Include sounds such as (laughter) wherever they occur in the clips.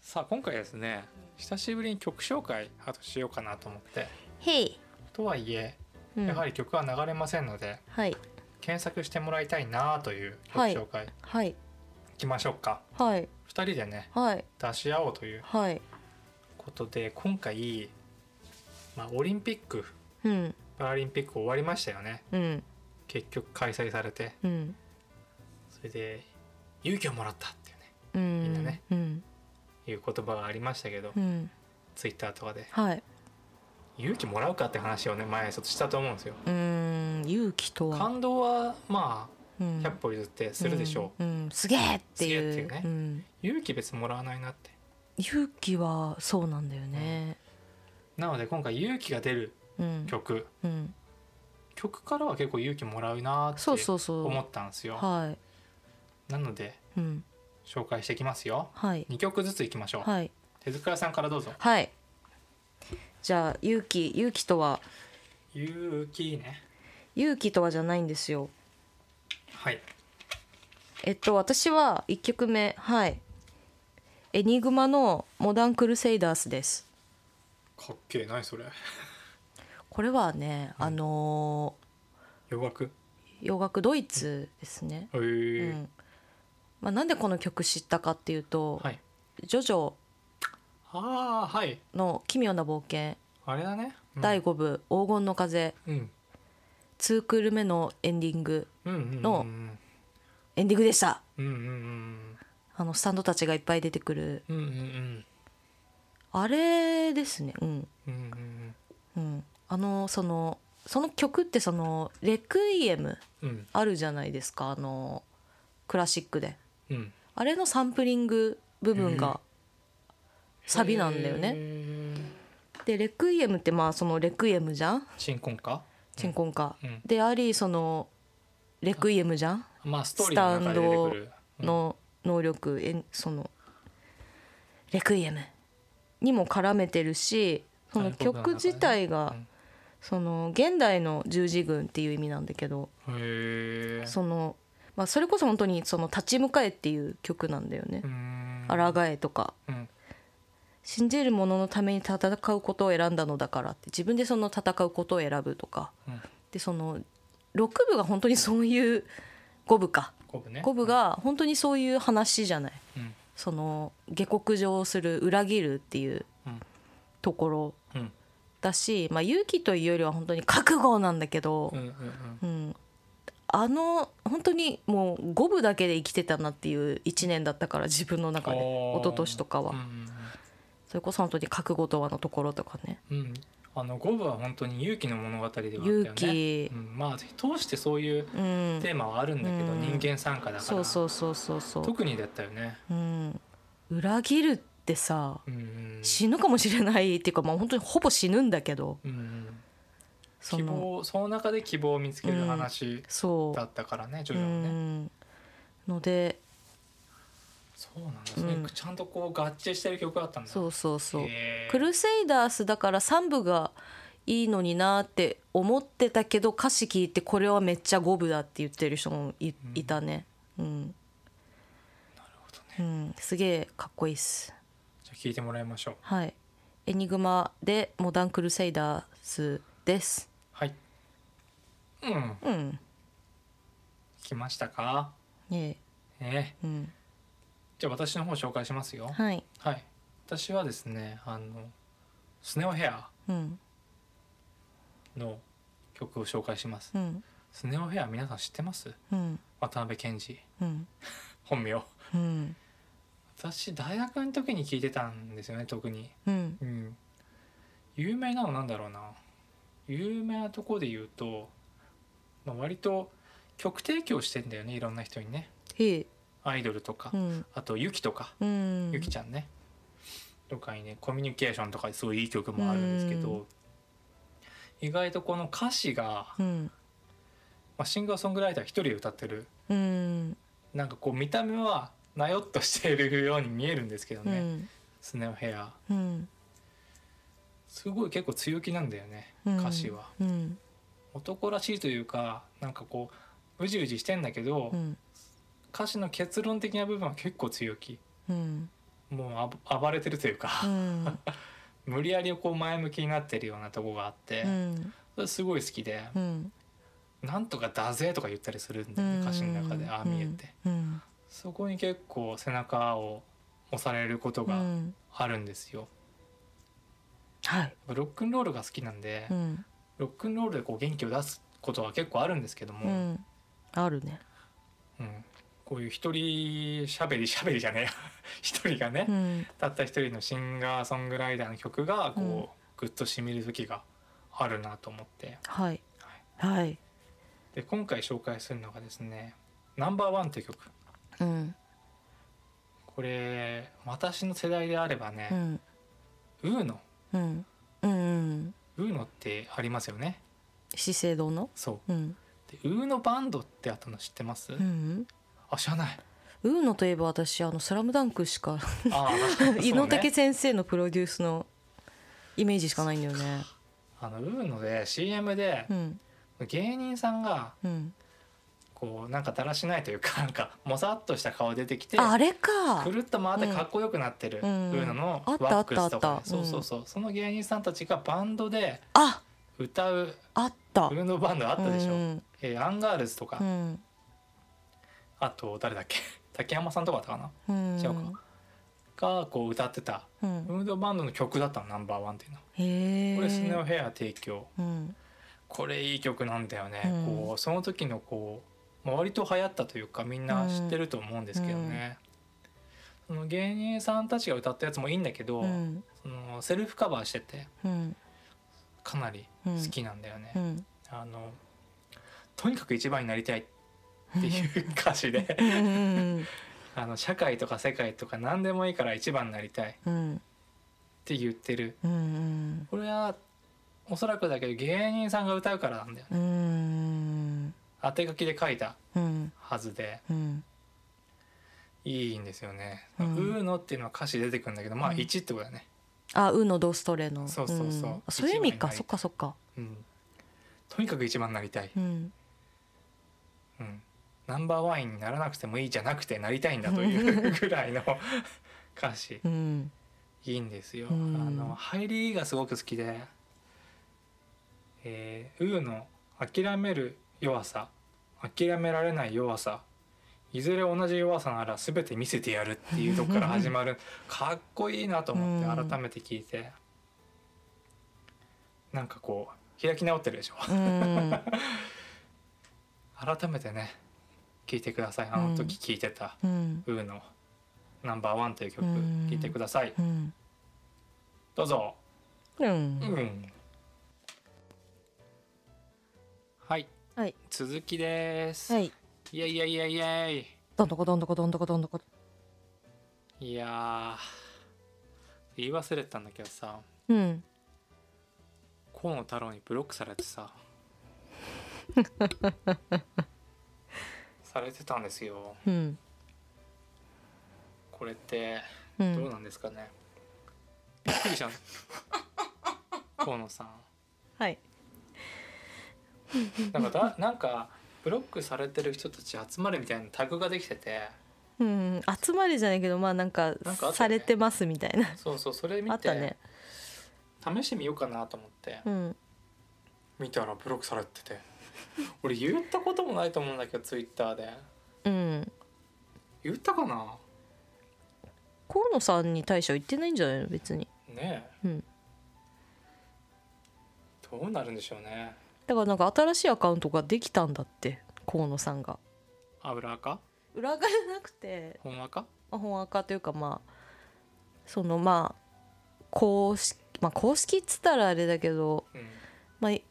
さあ今回ですね久しぶりに曲紹介あとしようかなと思ってへい、とはいえうん、やはり曲は流れませんので、はい検索してもらいたいなという曲はい紹介、はいいきましょうかはい2人でねはい出し合おうというはいことで今回、まあ、オリンピックうんパラリンピック終わりましたよねうん結局開催されてうんそれで勇気をもらったっていうねうんみんなねうんいう言葉がありましたけど、うんツイッターとかではい勇気もらうかって話をね前ちょっとしたと思うんですようーん勇気とは感動はまうんあ100歩譲ってするでしょう、うんうんすげえっていうすげえっていうねん、勇気別にもらわないなって勇気はそうなんだよねなので今回勇気が出るうん、曲うん、曲からは結構勇気もらうなってそうそうそう思ったんですよはなのでいうん紹介していきますよはい2曲ずついきましょう、はい手塚さんからどうぞはいじゃあ勇気勇気とは勇気ね勇気とはじゃないんですよはいえっと私は1曲目はいエニグマのモダンクルセイダースですかっけえないそれこれはね、あの洋楽ー洋楽ドイツですね、へえうーんまあ、なんでこの曲知ったかっていうと、はいジョジョああはいの奇妙な冒険あれだね、うん第5部黄金の風うん2クール目のエンディングうんうんうんのうんエンディングでしたうんうんあのスタンドたちがいっぱい出てくるうんうんうんあれですねうんうんうんうんうんあのそのその曲ってそのレクイエムうんあるじゃないですかあのクラシックでうんあれのサンプリング部分がサビなんだよね、ねでレクイエムってまあそのレクイエムじゃん新婚か鎮魂歌、うんでありそのレクイエムじゃんまあストーリーの中で出てくるの能力、えんそのレクイエムにも絡めてるしその曲自体が、その現代の十字軍っていう意味なんだけど、うんへえその、まあ、それこそ本当にその立ち向かえっていう曲なんだよねう。ん抗えとかうん信じる者のために戦うことを選んだのだからって自分でその戦うことを選ぶとかうんでその6部が本当にそういう5部かコブね5部が本当にそういう話じゃないうんその下克上する裏切るっていううんところうんだし、まあ、勇気というよりは本当に覚悟なんだけどう、んうんうんうん、あの本当にもう五分だけで生きてたなっていう1年だったから自分の中でおー一昨年とかは、うんそれこそ本当に覚悟とはのところとかねうんうんあの五部は本当に勇気の物語ではあったよね勇気うんまあ通してそういううんテーマはあるんだけどうん人間参加だかそうらそうそうそうそ特にだったよねう、うん、裏切るってさうんうん死ぬかもしれないっていうかまあ本当にほぼ死ぬんだけどうんうんそ希の望その中で希望を見つける話そだったからねう、徐々にうねん、のでそうなんですね、うんちゃんとこう合致してる曲だったんだそうそうそうへークルセイダースだから3部がいいのになって思ってたけど歌詞聞いてこれはめっちゃ五部だって言ってる人もい,、んたねうんうん、すげえかっこいいっすじゃあ聞いてもらいましょうはいエニグマでモダンクルセイダースですはいうんうん聞きましたかねねえうんじゃあ私の方紹介しますよはいはい私はですねあのスネオヘアうんの曲を紹介しますうんスネオヘア皆さん知ってますうん渡辺謙二うん本名うん私大学の時に聞いてたんですよね特にうんうん有名なのなんだろうな有名なとこで言うと、まあ、割と曲提供してんだよねいろんな人にねへえアイドルとか、うんあとユキとか、うんユキちゃんねとかにねコミュニケーションとかすごいいい曲もあるんですけど、う意外とこの歌詞が、うんまあ、シンガーソングライター一人で歌ってるうんなんかこう見た目はなよっとしているように見えるんですけどうね、んスネオヘアうんすごい結構強気なんだよねうん歌詞は。うん男らしいというかなんかこううじうじしてんだけど、うん歌詞の結論的な部分は結構強気うんもうあ暴れてるというか、 (laughs) うん無理やりこう前向きになってるようなとこがあって、うんそれすごい好きでうん「なんとかだぜ」とか言ったりするんで、ね、歌詞の中で「ああ見えて」うんそこに結構背中を押されることうがんあるんですよ。はいロックンロールが好きなんで、うんロックンロールでこう元気を出すことは結構あるんですけどうも、んあるねうんこういう一人しゃべりしゃべりじゃねえや (laughs) 一人がね、うんたった一人のシンガーソングライダーの曲がこう、うんグッとしみる時があるなと思ってはいはいで今回紹介するのがですね「ナンバーワンっていう曲うんこれ私の世代であればねう、んウーノうんうんウーノってありますよね資生堂のそううんでウーノバンドってあったの知ってます、うんあ知ら (laughs) ないウーノといえば私あの「スラムダンクし (laughs) かあ伊野武ね、先生のプロデュースのイメージしかないんだよねあのウーノで CM でうん芸人さんがうんこうなんかだらしないというかなん (laughs) かもさっとした顔出てきてああれかくるっと回ってかっこよくなってるウうんーノのあワったあッったクスとあかっ、たそうそうそうその芸人さんたちがバンドであ歌うあったウーノバンドあったでしょ、うんえーアンガールズとか、うんあと誰だっけ (laughs) 竹山さんとかだったかなうん違うがこう歌ってたうんムードバンドの曲だったのナンバーワンっていうのはへえこれスネオヘア提供うんこれいい曲なんだよね、うんこうその時のこう、まあ、割と流行ったというかみんな知ってると思うんですけどね、その芸人さんたちが歌ったやつもいいんだけど、うんそのセルフカバーしててうんかなりうん好きなんだよね、うんあのとにかく一番になりたいっていう歌詞 (laughs) でうんうんあの社会とか世界とか何でもいいから一番になりたいっうんて言ってるうんうんこれはおそらくだけど芸人さんが歌うからなんだよねうん当て書きで書いたうんはずでうんいいんですよね「ううんーの」っていうのは歌詞出てくるんだけどまあうん1ってことだね、あウノドストレのそうそうそうんあそういう意味一枚かないそっかそっかうん、とにかく一番になりたい、うんうん、ナンバーワインにならなくてもいいじゃなくてなりたいんだというぐらいの (laughs) 歌詞うんいいんですよ、うんあの入りがすごく好きで「えー、ウーの諦める弱さ諦められない弱さいずれ同じ弱さなら全て見せてやる」っていうとこから始ま (laughs) るかっこいいなと思っうんて改めて聞いてなんかこう開き直ってるでしょうん改めてね聞いてくださいあの時聞いてたうん「ウーのナンバーワンという曲うん聞いてくださいうんどうぞうんうんはい、はい続きです、はいい、やいやいやいやいどんどこどんどこどんどこどんどこいやー言い忘れてたんだけどさうん河野太郎にブロックされて (laughs) さされてたんですようんこれってうどうんなんですかね、びっくりした河野さんはいなんかだなんかブロックされてる人たち集まるみたいなタグができててうん集まりじゃないけどまあなんかなんかあったねされてますみたいなそうそうそれ見、あってたね試してみようかなと思ってうん見たらブロックされてて (laughs) 俺言ったこともないと思うんだけどツイッターでうん言ったかな河野さんに対しては言ってないんじゃないの別にねえうんどうなるんでしょうねだからなんか新しいアカウントができたんだって河野さんが油赤裏垢じゃなくて本赤まあ本垢というかまあそのまあ公式まあ公式っつったらあれだけどうんまあ、い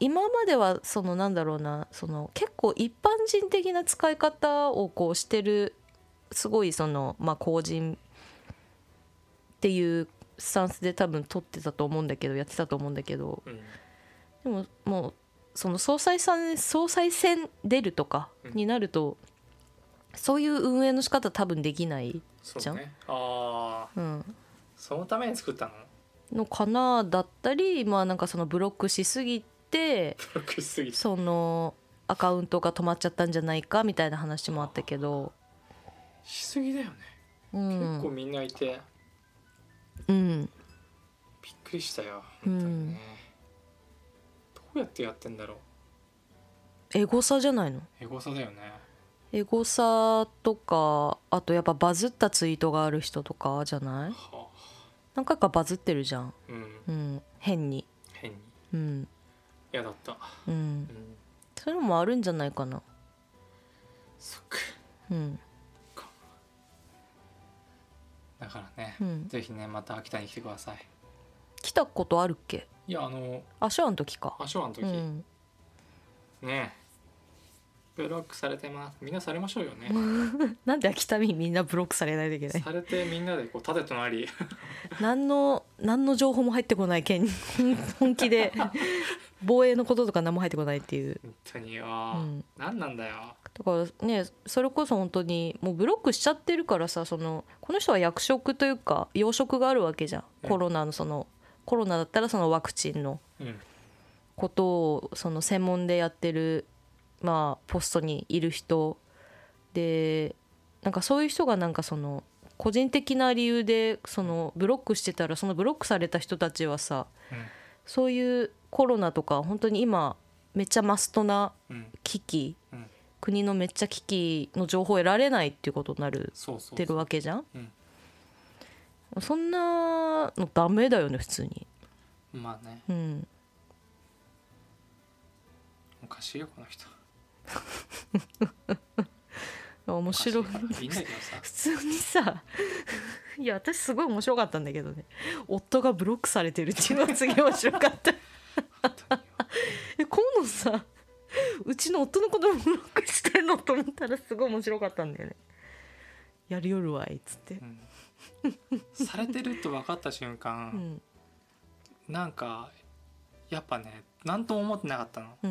今まではそのなんだろうなその結構一般人的な使い方をこうしてるすごいその、まあ、公人っていうスタンスで多分取ってたと思うんだけどやってたと思うんだけどうんでももうその総裁さん総裁選出るとかうんになると、そういう運営の仕方多分できない、じそゃうんねああうん、そのために作ったののかなだったりまあなんかそのブロックしすぎて。ブロックしすぎてそのアカウントが止まっちゃったんじゃないかみたいな話もあったけどしすぎだよねうん結構みんないてうんびっくりしたよう本ん当にね、どうやってやってんだろうエゴサじゃないのエゴサだよねエゴサとかあとやっぱバズったツイートがある人とかじゃないはあ何回かバズってるじゃん、うんうん、変に変にうん嫌だったうんうんそういうのもあるんじゃないかなそっかうんだからね、うんぜひねまた秋田に来てください来たことあるっけいやあのあショアの時かアショアの時、うんねブロックされてますみんなされましょうよねなんで秋田民みんなブロックされないといけないされてみんなでこう盾となり何の何の情報も入ってこない県 (laughs) 本気で防衛のこととか何も入ってこないっていう本当によ、ん何なんだよだからねそれこそ本当にもうブロックしちゃってるからさそのこの人は役職というか要職があるわけじゃん、うんコロナのそのコロナだったらそのワクチンのうんことをその専門でやってる、まあ、ポストにいる人でなんかそういう人がなんかその個人的な理由でそのブロックしてたらそのブロックされた人たちはさそういうコロナとか本当に今めっちゃマストなうんうん危機うん国のめっちゃ危機の情報を得られないっていうことになるそうそうってそるうわけじゃんうんそんなのダメだよね普通にまあねうんおかしいよこの人面白おいかしいからいいんだけどさ (laughs) 普通にさ (laughs) いや私すごい面白かったんだけどね夫がブロックされてるっていうのが次面白かった (laughs) え今度さうちの夫のこともブロックしてんのと思ったらすごい面白かったんだよねやりよるわいっつってうん、されてるって分かった瞬う間、んなんかやっぱね何とも思ってなかったのう河ー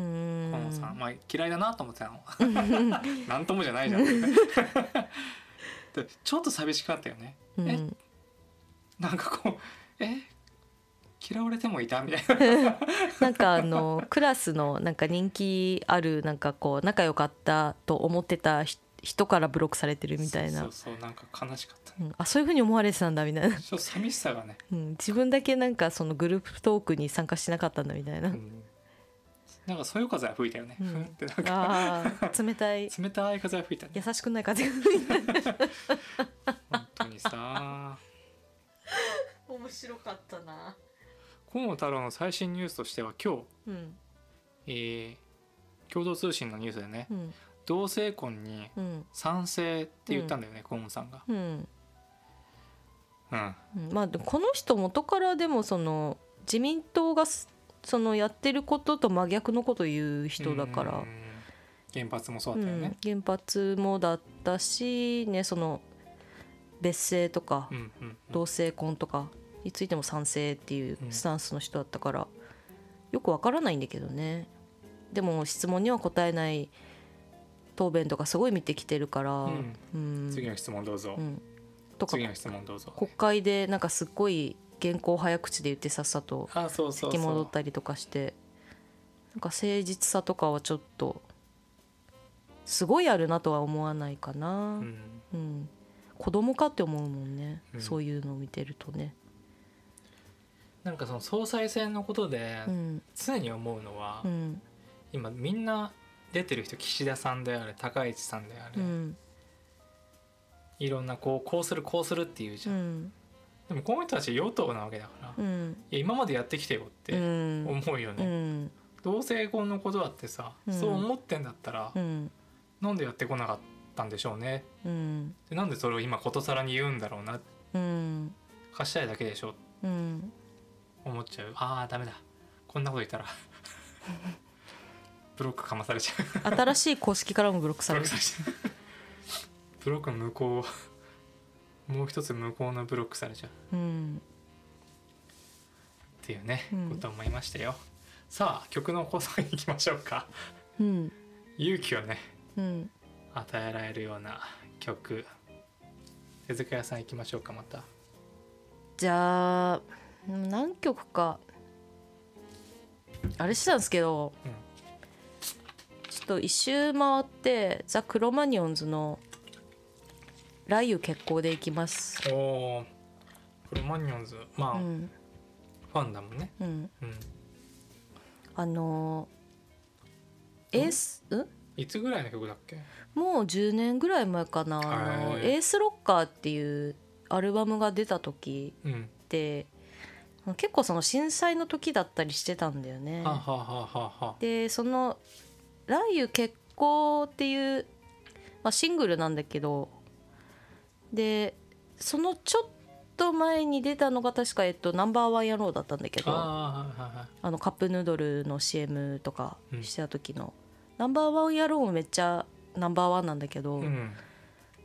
野んさん、まあ、嫌いだなと思ってたの (laughs) 何ともじゃないじゃんでちょっと寂しかったよねうんえなんかこうえ嫌われてもいたみたいななんか (laughs) あのクラスのなんか人気あるなんかこう仲良かったと思ってたひ人からブロックされてるみたいなそうそうそうなんか悲しかったうんあそういうふうに思われてたんだみたいな、ちょっと寂しさがね、うん、自分だけなんかそのグループトークに参加してなかったんだみたいな、うんなんかそよ風が吹いたよね、うんふんってなんかあー冷 (laughs) たい冷たい風が吹いたね優しくない風が本当にさ面白かったな河野太郎の最新ニュースとしては今日うんえー共同通信のニュースでね、うん同性婚にうん賛成って言ったんだよね、河野さんが。うん、うん、うん、まあでもこの人元からでもその自民党がすそのやってることと真逆のことを言う人だから、うん。原発もそうだったよね。うん、原発もだったし、ね、その別姓とかうんうん同性婚とかについても賛成っていううんスタンスの人だったからよくわからないんだけどねでも質問には答えない答弁とかすごい見てきてるから、うんうん次の質問どうぞ。うんとか次の質問どうぞ。国会でなんかすっごい原稿を早口で言ってさっさとあ、そうそう引きそ戻うっ。たりとかしてなんか誠実さとかはちょっとすごいあるなとは思わないかな、ううんん、子供かって思うもんね、うんそういうのを見てるとね、なんかその総裁選のことでうん常に思うのは、うん今みんな出てる人岸田さんであれ高市さんであうれ、んいろんなこうこうするこうするっていうじうゃん、んでもこの人たち与党なわけだから、ういんや今までやってきてよっうてん思うよね、うん同性婚のことだってさ、うんそう思ってんだったら、うんなんでやってこなかったんでしょうねうんでなんでそれを今ことさらに言うんだろうなうん貸したいだけでしょうん思っちゃうあーダメだこんなこと言ったら (laughs) ブロックかまされちゃう新しい公式からもブロックさブロれッるクされちゃうブロックの向こうもう一つ向こうのブロックされちゃううんっていうね、うんこと思いましたよさあ曲の放送に行きましょうかうん勇気をねうん与えられるような曲手塚屋さん行きましょうかまたじゃあうん何曲かあれしてたんですけど、うんちょっと一周回ってザ・クロマニオンズの雷雨決行でいきます。おおーフルマニオンズまうあ、ん、ファンだもんねうん、うんあのー、エース、うん、いつぐらいの曲だっけもう10年ぐらい前かな、あのはいエースロッカーっていうアルバムが出た時うん、って結構その震災の時だったりしてたんだよねは。あ、はあはあはあはあでその「雷雨結構」っていう、まあ、シングルなんだけどでそのちょっと前に出たのが確か、えっと、ナンバーワン野郎だったんだけどあああはいはいはいのカップヌードルの CM とかうんしてた時の、ナンバーワン野郎もめっちゃナンバーワンなんだけど、うん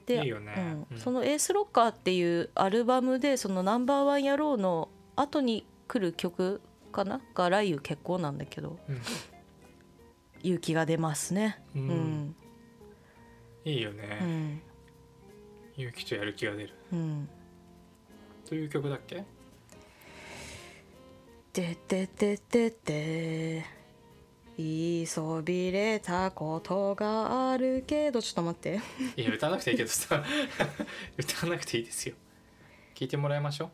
でいいよねうんうんその「エースロッカー」っていうアルバムでその「ナンバーワン野郎」の後に来る曲かなが「雷雨結構」なんだけどうん勇気が出ますね。ううんんいいようね、ん勇気とやる気が出るうんという曲だっけててててて言いそびれたことがあるけどちょっと待っていや歌わなくていいけどさ (laughs) 歌わなくていいですよ聞いてもらいましょ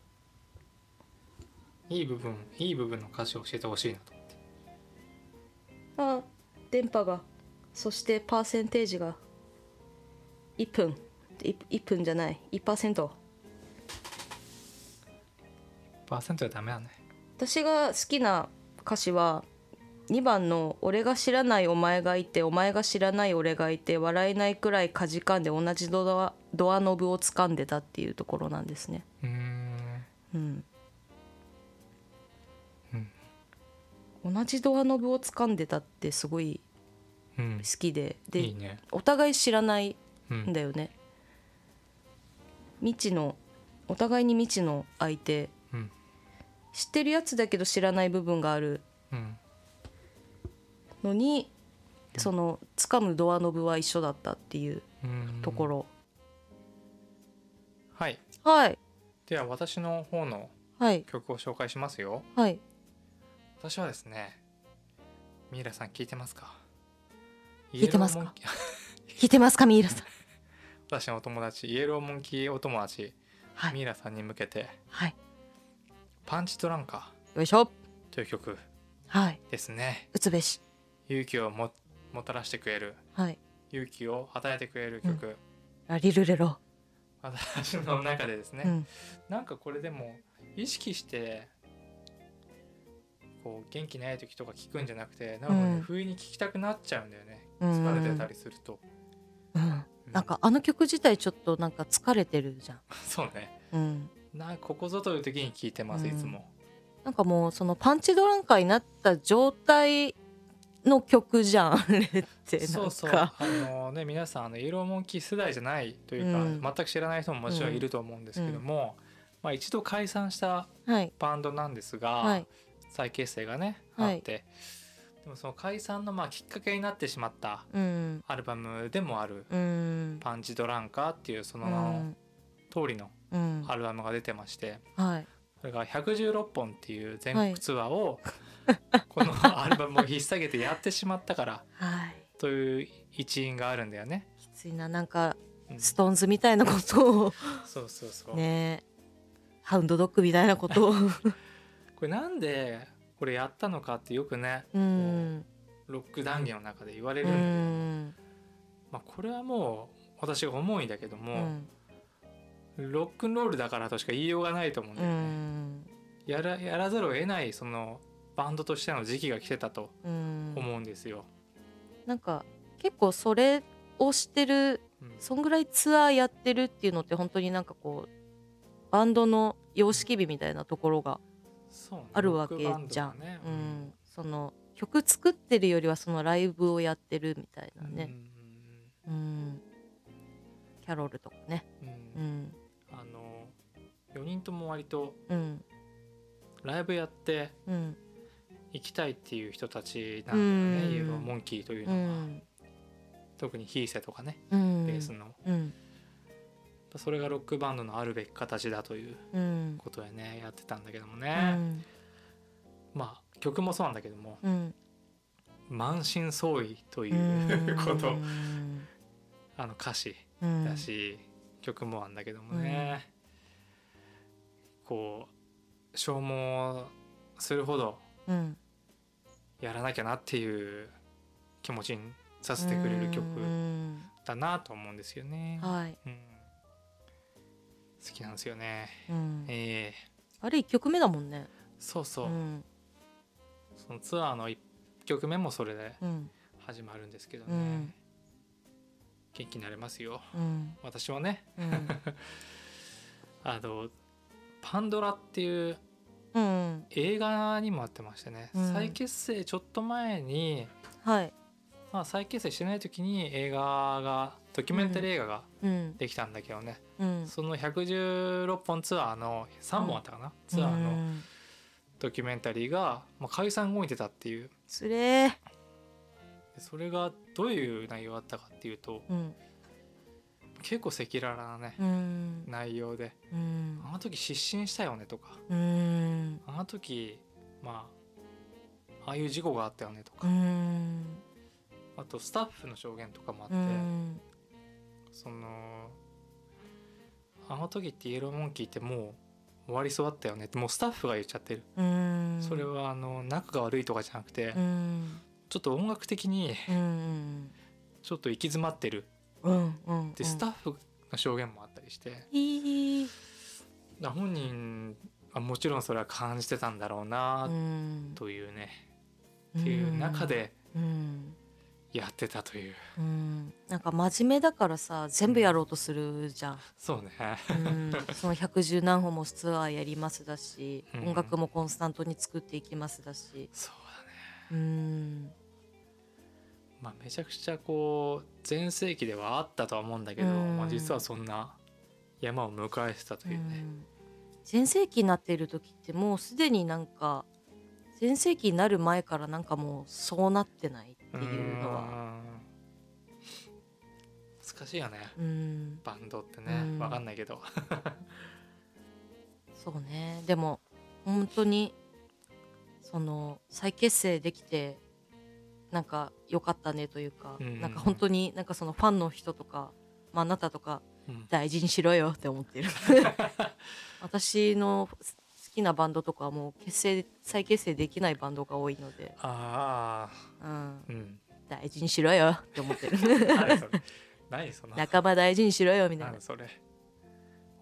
ういい部分いい部分の歌詞を教えてほしいなとあ電波がそしてパーセンテージが1分 1, 分じゃない1%パーセントはダメだね私が好きな歌詞は2番の「俺が知らないお前がいてお前が知らない俺がいて笑えないくらいかじかんで同じドアドアノブを掴んでた」っていうところなんですね。うーんうんうん同じドアノブを掴んでたってすごいうん好きででいいねお互い知らないうんんだよね、未知のお互いに未知の相手うん知ってるやつだけど知らない部分があるうんのにその掴むドアノブは一緒だったっていううんところ、はいはいでは私の方のはい曲を紹介しますよはい私はですねミイラさん聞いてますか聞いてますイエかローモンキー聞いてますかミイラさん私のお友達イエローモンキーお友達、はミいイラさんに向けてはいパンチトランカよいしょーという曲はいですね打つべし勇気をももたらしてくれるはい勇気を与えてくれる曲、ラリルレロ私の中でですね、うんなんかこれでも意識してこう元気ない時とか聞くんじゃなくてなんかね、うん不意に聞きたくなっちゃうんだよねうん疲れてたりすると、うんうなんかあの曲自体ちょっとなんか疲れてるじゃん。そうねうん、なんかここぞという時に聞いてます、うんいつもなんかもうそのパンチドランカーになった状態の曲じゃんあれってなんかそうそうあのね皆さんあのイエローモンキー世代じゃないというか、うん全く知らない人ももちろんいると思うんですけども、まあ、一度解散したはいバンドなんですが、はい再結成がね、はいあってでもその解散のまあきっかけになってしまったうんアルバムでもあるうん「パンチドランカー」っていうその名の通りのうんアルバムが出てましてはいそれが116本っていう全国ツアー (laughs) をこのアルバムを引っ提げてやってしまったからはいという一因があるんだよね。きついななんかうんストーンズみたいなことをそうそうそう、ねハウンドドッグみたいなこと (laughs) をこれなんでこれやったのかってよくねうんロック断言の中で言われうるんだけど、んまあ、これはもう私が思うんだけどうも、んロックンロールだからとしか言いようがないと思うんだうよね。んやらやらざるを得ないそのバンドとしての時期が来てたとうん思うんですよ。なんか結構それをしてるうんそんぐらいツアーやってるっていうのって本当になんかこうバンドの様式美みたいなところが、そうねあるわけロックバンドじゃんだねうんその曲作ってるよりはそのライブをやってるみたいなうんね、うんキャロルとかね、うんううんんあの4人とも割とうんライブやってうん行きたいっていう人たちなんだようんねイエローモンキーといううのは、ん特にヒーセとかねうんベースの、うんそれがロックバンドのあるべき形だといううんことでねやってたんだけどもうね、んまあ曲もそうなんだけどもうん満身 (laughs) 創痍といううんことあの歌詞うんだし、曲もあんだけどもね、こう消耗するほどうん、やらなきゃなっていう気持ちにさせてくれる曲うんだなと思うんですよね。はい、うん、好きなんですよね。うん、ええあれ一曲目だもんねそうそうう、んそのツアーの1曲目もそれでうん始まるんですけどね、うん元気になれますようん私はねうんあの「パンドラ」っていううん映画にもあってましてね、うん再結成ちょっと前に、はいまあ、再結成してない時に映画がドキュメンタリー映画がうんできたんだけどね、うんその116本ツアーの3本あったかな、ツアーうのんドキュメンタリーが、まあ、解散後に出たっていうつれーでそれがどういう内容だったかっていうとうん結構赤裸々なね、うん内容でうんあの時失神したよねとかうんあの時まあああいう事故があったよねとうか、んあとスタッフの証言とかもあって、うんそのあの時ってイエローモンキーってもう終わりそうだったよねってもうスタッフが言っちゃってる、うんそれはあの仲が悪いとかじゃなくて、うんちょっと音楽的にうんちょっと行き詰まってるうんうんでスタッフの証言もあったりして、だかいいら本人はもちろんそれは感じてたんだろうなというね、っていう中でうんやってたといううんなんか真面目だからさ全部やろうとするじゃんそうね (laughs) うんその110何本もツアーやりますだし、うん音楽もコンスタントに作っていきますだしそうだねうんまあめちゃくちゃこう全盛期ではあったとは思うんだけど、うんまあ、実はそんな山を迎えてたというね、全盛期になっている時ってもうすでになんか全盛期になる前からなんかもうそうなってないっていうのはうん難しいよねうんバンドってうねんわかんない (laughs) けどそうねでも本当にその再結成できてなんか良かったねというか、うんなんか本当になんかそのファンの人とか、まあ、あなたとかうん大事にしろよって (laughs) 思ってる私の好きなバンドとかはもう結成再結成できないバンドが多いので、ああうん、 (laughs) うん大事にしろよって思ってる (laughs) 何それ何その仲間大事にしろよみたいな何、それ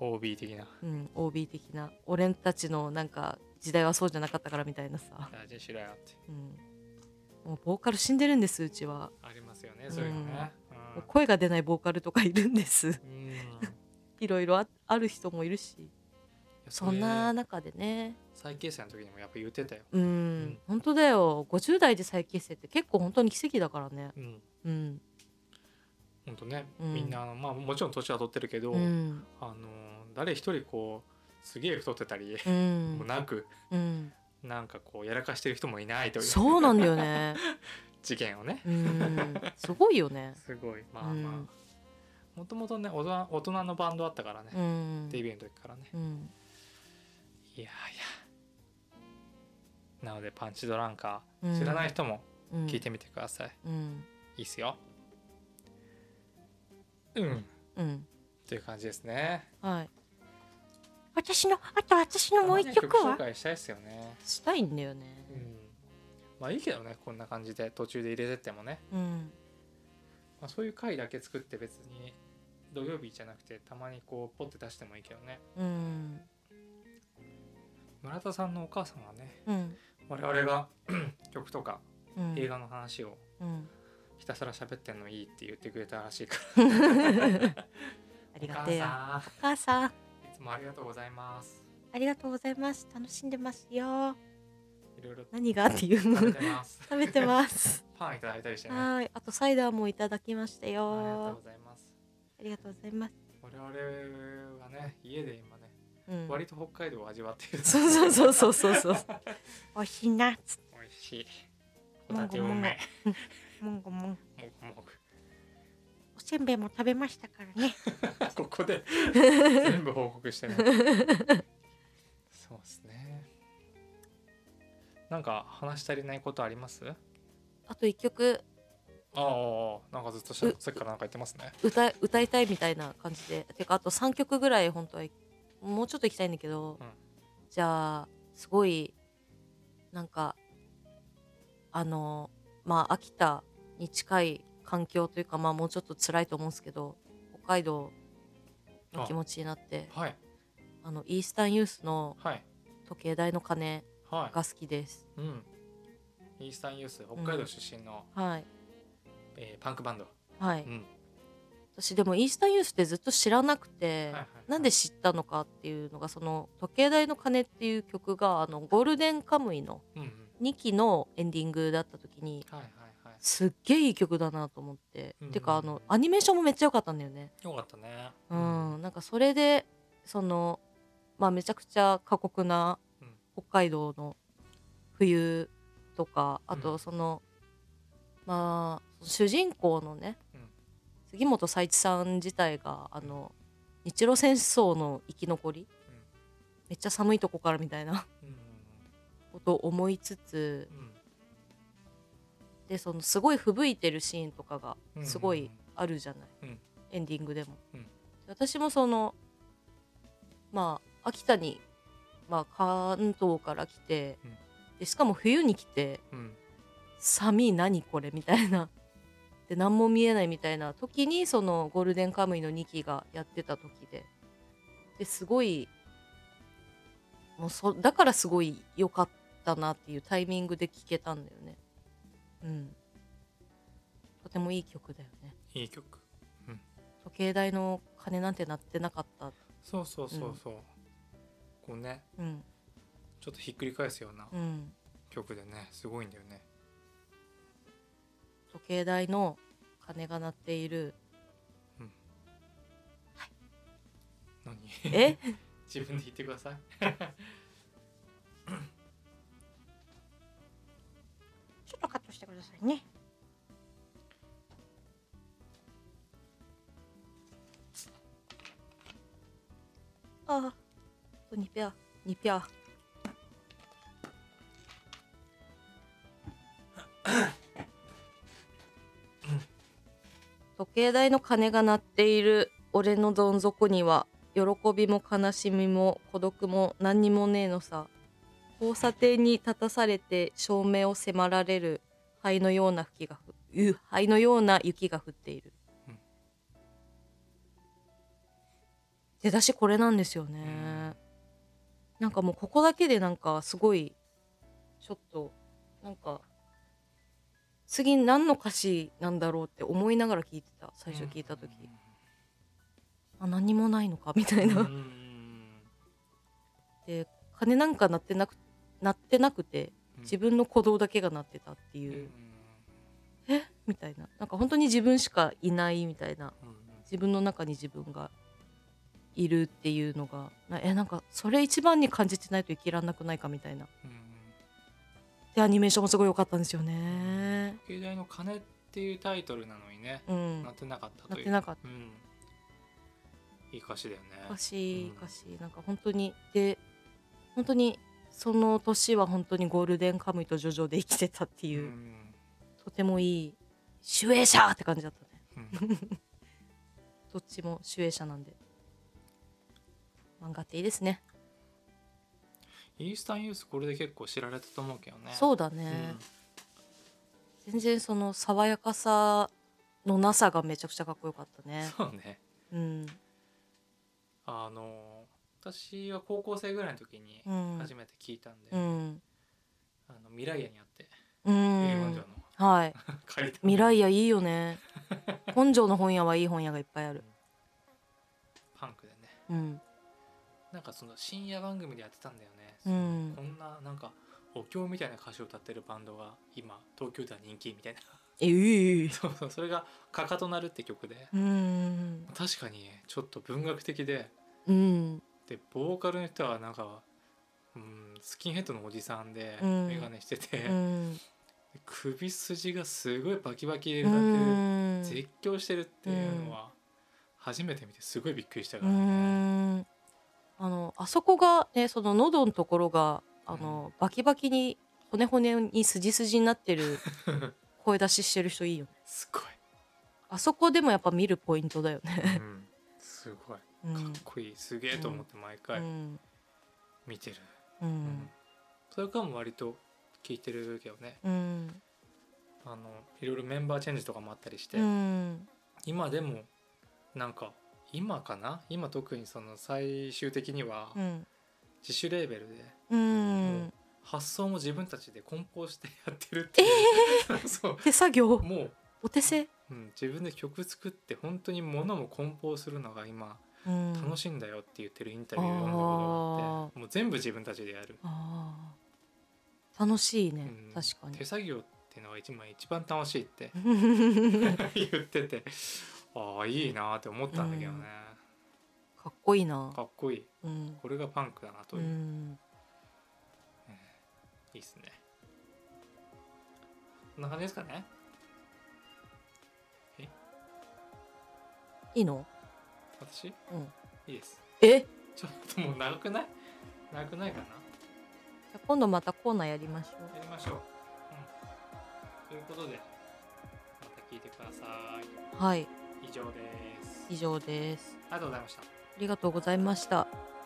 OB 的なうん、OB 的な俺たちのなんか時代はそうじゃなかったからみたいなさ、大事にしろよってうん、もうボーカル死んでるんですうちはありますよねそういうのねもう声が出ないボーカルとかいるんです (laughs) うん、うんいいろいろあある人もいるしやそんな中でね再形成の時にもやっぱ言ってたよ、うん、ん本当だよ50代で再結成って結構本当に奇跡だからねうん、うんほんとね、うんみんなあのまあもちろん年は取ってるけど、うんあの誰一人こうすげえ太ってたり、うもうんなくうんなんかこうやらかしてる人もいないというそうなんだ (laughs) よね事件をねうんすごいよねすごいまあうまんあもともとね大人大人のバンドあったからね、うんデビューの時からねうんいやいやなのでパンチドランカうんー知らない人もうん聞いてみてください、うんいいっすようんうんという感じですねはい私のあと私のもう一曲あまあねは紹介したいですよねしたいんだよねうんまあいいけどねこんな感じで途中で入れてってもね、うんまあ、そういう回だけ作って別に土曜日じゃなくてたまにこうポッて出してもいいけどねうん村田さんのお母さんはねうん我々が (clears throat) 曲とかうん映画の話をうんひたすら喋ってんのいいって言ってくれたらしいか (laughs) ありらがおてえよ母お母さんさんいつもありがとうございますありがとうございます楽しんでます (laughs) よいろいろ何がっていう食べ食てますべ (laughs) てますパンいただいたりしてねあはいあとサイダーもいただきましたりがとうごよざいますありがとうございます我々はね家で今ねうん割と北海道を味わってるそうそうそうそうそ (laughs) うそうおいしいなっつって美味しいホタテうめもんごもんえもぐもぐおせんべいも食べましたからね (laughs) ここで全部報告してねそうですねなんか話し足りないことありますあと一曲ああなんかずっとしさっきからなんか言ってますね歌い歌いたいみたいな感じでてかあと3曲ぐらい本当はもうちょっと行きたいんだけど、うんじゃあすごいなんかあのまあ秋田に近い環境というかまあもうちょっと辛いと思うんですけど北海道の気持ちになってはいあのイースタンユースのはい時計台の鐘はいが好きです。うんイースタンユース北海道出身の、はい、えーパンクバンドはいうん私でもイースタンユースってずっと知らなくて、はいはいなんで知ったのかっていうのがその「時計台の鐘」っていう曲があのゴールデンカムイのうんうん2期のエンディングだった時にはいはいはいすっげえいい曲だなと思って、うんうんてかあのアニメーションもめっちゃ良かったんだよね。よかったねうんなんかそれでそのまあめちゃくちゃ過酷なうん北海道の冬とかあうとんその、まあ主人公のね、うん杉本佐一さん自体があの日露戦争の生き残り、うんめっちゃ寒いとこからみたいなうんことを思いつつうんうんでそのすごい吹雪いてるシーンとかがうんすごいあるじゃない、うんエンディングでも、うん私もそのまあ秋田に、まあ、関東から来て、うんでしかも冬に来てうん「寒い何これ」みたいな (laughs) で何も見えないみたいな時にそのゴールデンカムイの2期がやってた時でですごいもうそだからすごい良かったなっていうタイミングで聴けたんだよねうんとてもいい曲だよねいい曲時計台の鐘なんて鳴ってなかったそうそうそうそう、こうねうんちょっとひっくり返すようなうん曲でねすごいんだよね時計台の鐘が鳴ってい (laughs) る何え (laughs) 自分で言ってくださいちょっとカットしてくださいね。ああ、にぴゃ、にぴゃ。時計台の鐘が鳴っている俺のどん底には喜びも悲しみも孤独も何にもねえのさ交差点に立たされて照明を迫られる灰のような吹きがふう灰のような雪が降っている、うん出だしこれなんですよね、うんなんかもうここだけでなんかすごいちょっとなんか次何の歌詞なんだろうって思いながら聞いてた最初聞いた時、あ何もないのかみたういんうんな、うんうんで金なんか鳴ってなく鳴ってなくてうん自分の鼓動だけが鳴ってたっていう、えみたいななんか本当に自分しかいないみたいなうんうんうん自分の中に自分がいるっていうのがなえなんかそれ一番に感じてないと生きらんなくないかみたいなうんでアニメーションもすごい良かったんですよねうん携帯の鐘っていうタイトルなのにね、うんなってなかったと鳴っいうてなかったうん、いい歌詞だよね歌詞うん歌詞なんか本当にで本当にその年は本当にゴールデンカムイとジョジョで生きてたっていうう、んとてもいい主演者って感じだったねうんどっちも主演者なんで漫画っていいですねイースタンユースこれで結構知られたと思うけど (laughs) ねそうだうね、全然その爽やかさのなさがめちゃくちゃかっこよかったんねそうねうんあの私は高校生ぐらいの時にうん初めて聞いたんで、うんあの未来屋にあってう映画んの (laughs) はい借りた未来屋いいよね根性の本屋はいい本屋がいっぱいあるパンクでねうんなんかその深夜番組でやってたんだよね、うんこんななんかお経みたいな歌詞を歌ってるバンドが今東京では人気みたいな (laughs) ええそうそうそれが「かかとなる」って曲でうん確かにちょっと文学的でうんでボーカルの人はなんか、うん、スキンヘッドのおじさんでうん眼鏡してて、うん首筋がすごいバキバキでう歌ってる、ん絶叫してるっていうのは初めて見てすごいびっくりしたうかーらね。んあのあそこがねその喉の (laughs) ところがあの、バキバキに骨骨に筋筋になってる声出ししてる人いいよねすごい、あそこでもやっぱ見るポイントだよね、うん、すごいかうん、っこいいすげえと思って毎う回ん見てる、ううんそれからも割と聞いてるけどねうんあのいろいろメンバーチェンジとかもあったりして、うん今でもなんか今かな今特にその最終的にはうん自主レーベルでうん発想も自分たちで梱包してやってるっていう、 (laughs) そう手作業もう、お手製、うん、自分で曲作って本当に物も梱包するのが今うん、楽いしいんだよって言ってるインタビューを読んだことがあってもう全部自分たちでやる、あー楽しいうね、ん、確かに手作業っていうのが一番一番楽しいって (laughs) 言っててああいいなって思ったんだけどね、かっこいいなかっこいいうん、これがパンクだなとういう、ん、いいっすねこんな感じですかねいいの、私いうん、いですえじちょっともう長くない長くないかなゃあ今度またコーナーやりましょうやりましょう、うん、ということでまた聞いてくださはいい以上です以上ですありがとうございましたありがとうございました